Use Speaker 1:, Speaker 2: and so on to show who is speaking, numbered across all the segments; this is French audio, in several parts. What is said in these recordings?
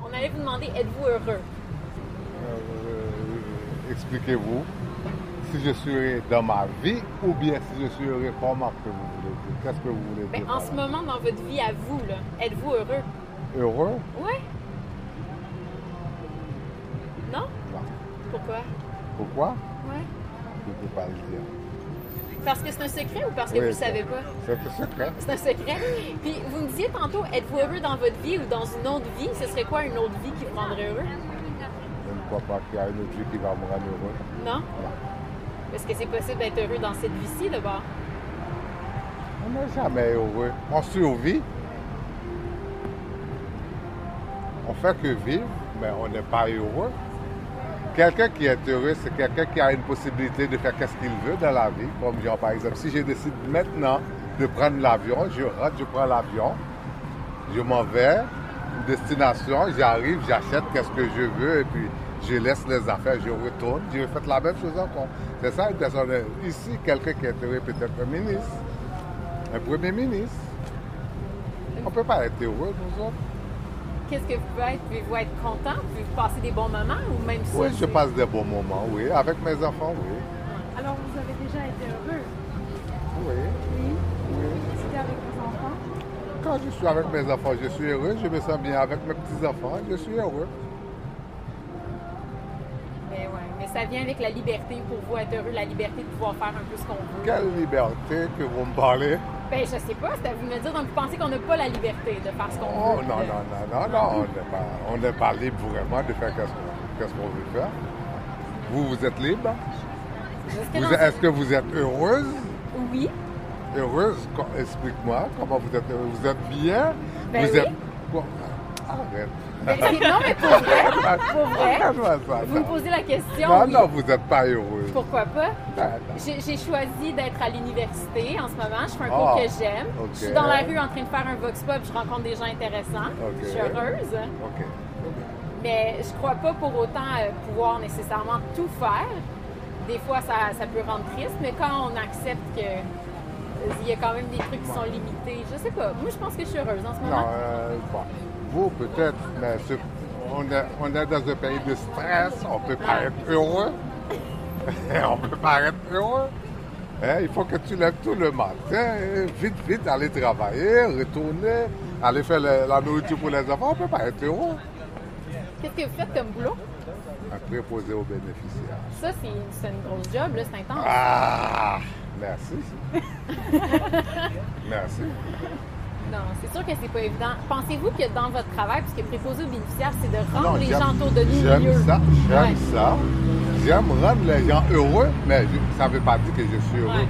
Speaker 1: voulais vous demander, êtes-vous heureux?
Speaker 2: Euh, Expliquez-vous si je suis heureux dans ma vie ou bien si je suis heureux comment que vous voulez dire. Qu'est-ce que vous voulez
Speaker 1: Ben,
Speaker 2: dire?
Speaker 1: en
Speaker 2: par
Speaker 1: ce
Speaker 2: là?
Speaker 1: moment, dans votre vie à vous, là, êtes-vous heureux?
Speaker 2: Heureux?
Speaker 1: Ouais? Non?
Speaker 2: Non.
Speaker 1: Pourquoi?
Speaker 2: Pourquoi?
Speaker 1: Ouais.
Speaker 2: Je ne peux pas le dire.
Speaker 1: Parce que c'est un secret ou parce que
Speaker 2: Oui,
Speaker 1: vous le savez pas?
Speaker 2: C'est un secret.
Speaker 1: C'est un secret. Puis vous me disiez tantôt, êtes-vous heureux dans votre vie ou dans une autre vie? Ce serait quoi une autre vie qui vous rendrait heureux?
Speaker 2: Je ne crois pas qu'il y a une autre vie qui va me rendre heureux.
Speaker 1: Non?
Speaker 2: Non.
Speaker 1: Est-ce que c'est possible d'être heureux dans cette vie-ci d'abord?
Speaker 2: On n'est jamais heureux. On survit. On fait que vivre, mais on n'est pas heureux. Quelqu'un qui est heureux, c'est quelqu'un qui a une possibilité de faire qu'est-ce qu'il veut dans la vie. Comme genre, par exemple, si je décide maintenant de prendre l'avion, je rentre, je prends l'avion, je m'en vais, une destination, j'arrive, j'achète qu'est-ce que je veux et puis je laisse les affaires, je retourne, je fais la même chose encore. C'est ça une personne. Ici, quelqu'un qui est heureux peut être un ministre un premier ministre. On ne peut pas être heureux, nous autres.
Speaker 1: Qu'est-ce que vous pouvez être? Pouvez-vous être content? Pouvez-vous passer des bons moments ou même si
Speaker 2: Oui, je
Speaker 1: c'est-
Speaker 2: passe des bons moments, oui. Avec mes enfants, oui.
Speaker 3: Alors, vous avez déjà été heureux
Speaker 2: Oui,
Speaker 3: Oui.
Speaker 2: oui.
Speaker 3: C'était avec vos enfants
Speaker 2: Quand je suis avec mes enfants, je suis heureux. Je me sens bien avec mes petits-enfants, je suis heureux.
Speaker 1: Mais ouais, mais ça vient avec la liberté pour vous être heureux, la liberté de pouvoir faire un peu ce qu'on veut.
Speaker 2: Quelle liberté que vous me parlez.
Speaker 1: Ben je sais pas, c'est à vous de me dire. Donc vous pensez qu'on n'a pas la liberté de faire ce qu'on
Speaker 2: Oh,
Speaker 1: veut.
Speaker 2: non,
Speaker 1: de-
Speaker 2: non, non, non, non. On n'est pas, on n'est pas libre vraiment de faire qu'est-ce qu'on qu'est-ce qu'on veut faire. Vous, vous êtes libre?
Speaker 1: Est-ce que
Speaker 2: Vous-
Speaker 1: dans-
Speaker 2: Est-ce que vous êtes heureuse?
Speaker 1: Oui.
Speaker 2: Heureuse, co- explique-moi comment vous êtes heureuse. Vous êtes bien?
Speaker 1: Ben
Speaker 2: vous
Speaker 1: oui.
Speaker 2: êtes. Quoi? Arrête.
Speaker 1: Ben, c'est- non mais pour vrai,
Speaker 2: Ah,
Speaker 1: pour vrai.
Speaker 2: Arrête-moi ça,
Speaker 1: Vous me
Speaker 2: non.
Speaker 1: posez la question.
Speaker 2: bah, Non,
Speaker 1: oui.
Speaker 2: non, vous n'êtes pas heureuse.
Speaker 1: Pourquoi pas?
Speaker 2: Ben, non.
Speaker 1: J'ai j'ai choisi d'être à l'université en ce moment. Je fais un
Speaker 2: Ah,
Speaker 1: cours que j'aime.
Speaker 2: ok.
Speaker 1: Je suis dans la rue en train de faire un vox pop. Je rencontre des gens intéressants.
Speaker 2: Ok.
Speaker 1: Je suis heureuse.
Speaker 2: OK.
Speaker 1: Mais je crois pas pour autant euh, pouvoir nécessairement tout faire. Des fois, ça, ça peut rendre triste, mais quand on accepte que euh, il y a quand même des trucs qui sont limités, je sais pas. Moi, je pense que je suis heureuse en ce
Speaker 2: Non,
Speaker 1: moment.
Speaker 2: euh, bon. Vous, peut-être, mais ce- on, est, on est dans un pays de stress. On peut
Speaker 1: Ah.
Speaker 2: pas être heureux. on peut pas être heureux. Hein, il faut que tu lèves tout le matin, vite, vite, aller travailler, retourner, aller faire le- la nourriture pour les enfants. On peut pas être heureux.
Speaker 1: Qu'est-ce que vous faites comme boulot?
Speaker 2: Après, poser aux bénéficiaires.
Speaker 1: Ça, c'est c'est une grosse job, là, c'est intense.
Speaker 2: Ah! Merci. Merci.
Speaker 1: Non, c'est sûr que c'est pas évident. Pensez-vous que dans votre travail, puisque préposé aux bénéficiaires, c'est de rendre
Speaker 2: Ah Non,
Speaker 1: Ah, les
Speaker 2: j'aime-
Speaker 1: gens autour de nous
Speaker 2: J'aime
Speaker 1: mieux?
Speaker 2: ça, j'aime
Speaker 1: Ouais.
Speaker 2: ça. J'aime rendre les gens heureux, mais je- ça ne veut pas dire que je suis heureux.
Speaker 1: Ouais.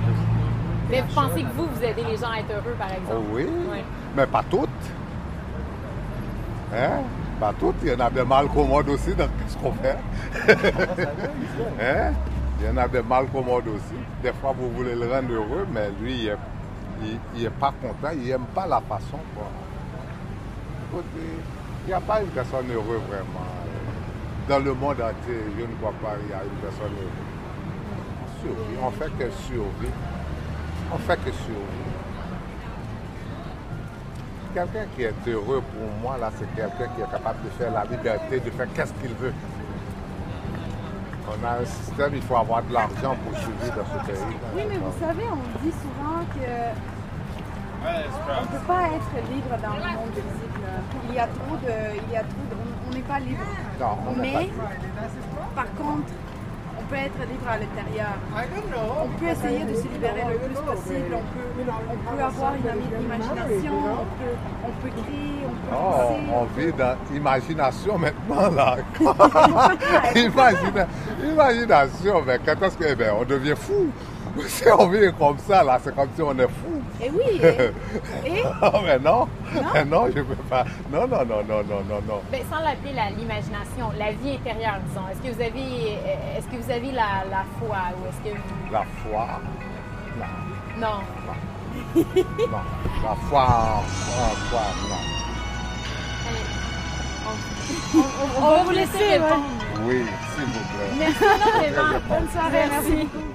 Speaker 1: Mais vous pensez que vous, vous aidez les gens à être heureux, par exemple?
Speaker 2: Oh oui,
Speaker 1: Ouais.
Speaker 2: mais pas toutes. Hein? Pas toutes. Il y en a des mal commodes aussi dans ce qu'on fait. hein? Il y en a des mal commodes aussi. Des fois, vous voulez le rendre heureux, mais lui, il n'est pas content. Il n'aime pas la façon. quoi. Écoutez, Il n'y a pas une personne heureuse vraiment. Dans le monde entier, je ne crois pas qu'il y a une personne heureuse. On survit. On fait que survivre. On fait que survivre. Quelqu'un qui est heureux pour moi, là, c'est quelqu'un qui est capable de faire la liberté, de faire qu'est-ce qu'il veut. On a un système, il faut avoir de l'argent pour survivre dans ce pays.
Speaker 3: Oui, mais vous savez, on dit souvent que on ne peut pas être libre dans le monde visible. Il y a trop de... Il y a trop de on- on n'est pas libre.
Speaker 2: Non, on n'est pas
Speaker 3: mais,
Speaker 2: libre.
Speaker 3: par contre, on peut être libre à l'intérieur. On peut essayer de se libérer le plus possible. On peut, on peut avoir une ami- imagination. On peut, on peut créer, on peut
Speaker 2: Oh,
Speaker 3: penser.
Speaker 2: on vit dans l'imagination maintenant, là. Imagina- imagination, mais quand est-ce que, eh ben, on devient fou. Si on vit comme ça, là, c'est comme si on est fou.
Speaker 3: Et oui, et- et
Speaker 2: Non, mais non, non, je ne peux pas. Non, non, non, non, non, non, non.
Speaker 1: Ben, sans l'appeler la- l'imagination, la vie intérieure, disons. Est-ce que vous avez, euh, est-ce que vous avez la, la foi ou est-ce que vous-
Speaker 2: La foi, non.
Speaker 1: non
Speaker 2: Non, la foi, la foi, non.
Speaker 1: Allez. On, on- on va vous laisser répondre.
Speaker 2: Oui, s'il vous plaît.
Speaker 1: Merci, non, vraiment.
Speaker 3: bonne soirée, merci beaucoup.